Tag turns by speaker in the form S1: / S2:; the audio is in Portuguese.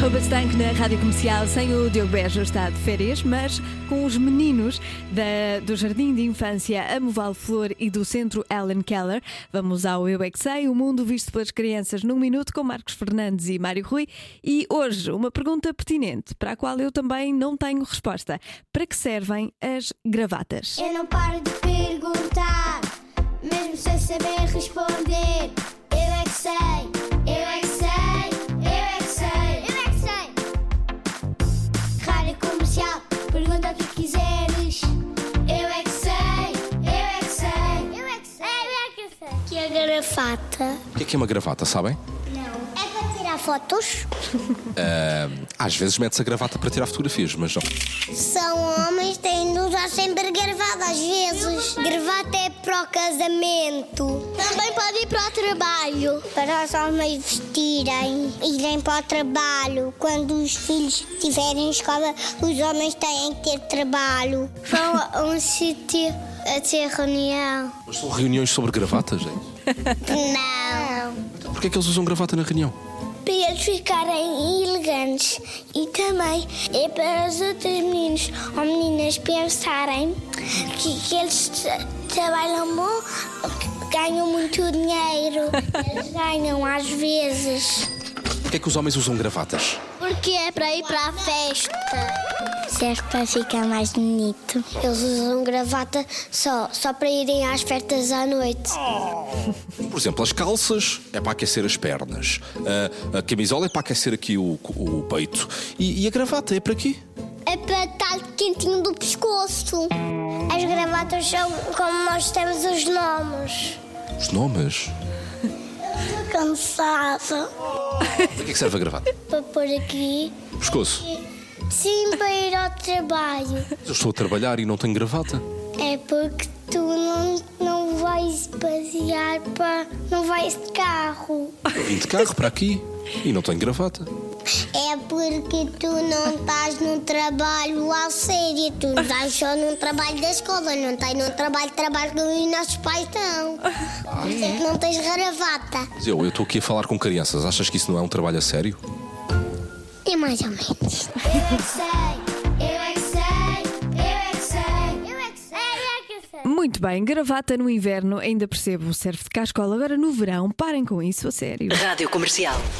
S1: Ruba Stank na Rádio Comercial sem o Diogo Beja está de férias, mas com os meninos da- do Jardim de Infância Amoval Flor e do Centro Ellen Keller. Vamos ao Eu é Que Sei, o mundo visto pelas crianças num minuto com Marcos Fernandes e Mário Rui. E hoje uma pergunta pertinente para a qual eu também não tenho resposta. Para que servem as gravatas?
S2: Eu não paro de perguntar, mesmo sem saber responder. Eu é que sei, eu é que sei, eu é que sei, eu é que sei. Rádio comercial, pergunta o que quiseres. Eu é que sei, eu é que sei, eu é que sei, eu é que sei. Que a garrafata?
S3: O que é que é uma gravata, sabem?
S2: Não. É para tirar fotos?
S3: Às vezes mete-se a gravata para tirar fotografias, mas não.
S2: São homens, têm de usar sempre gravata às vezes. Gravata é para o casamento. Também pode ir para o trabalho. Para os homens vestirem, irem para o trabalho. Quando os filhos estiverem em escola, os homens têm que ter trabalho. Vão a um sítio a ter reunião.
S3: Mas são reuniões sobre gravatas, é?
S2: Não.
S3: Então porquê é que eles usam gravata na reunião?
S2: Para eles ficarem elegantes e também é para os outros meninos ou meninas pensarem que, que eles tra- trabalham bom, que ganham muito dinheiro. Eles ganham às vezes.
S3: Porquê é que os homens usam gravatas?
S2: Porque é para ir para a festa. Serve para ficar mais bonito. Eles usam gravata só, só para irem às festas à noite.
S3: Por exemplo, as calças é para aquecer as pernas, a, a camisola é para aquecer aqui o, o peito e, e a gravata é para aqui.
S2: É para estar quentinho do pescoço. As gravatas são como nós temos os nomes.
S3: Os nomes.
S2: Estou cansada.
S3: Para que é que serve a gravata?
S2: Para pôr aqui.
S3: Pescoço.
S2: Sim, para ir ao trabalho.
S3: Eu estou a trabalhar e não tenho gravata.
S2: É porque tu não, não vais passear para. não vais de carro.
S3: Eu vim de carro para aqui e não tenho gravata.
S2: É porque tu não estás num trabalho ao sério. Tu estás só num trabalho da escola, não estás num trabalho de trabalho que os nossos pais estão. Por isso é que não tens gravata.
S3: Mas eu eu estou aqui a falar com crianças. Achas que isso não é um trabalho a sério?
S2: É mais ou menos. Eu é que sei, eu é que sei, eu é que sei, eu é que sei, eu é que sei.
S1: Muito bem, gravata no inverno, ainda percebo, serve de cascola. Agora no verão, parem com isso, a sério.
S4: Rádio Comercial.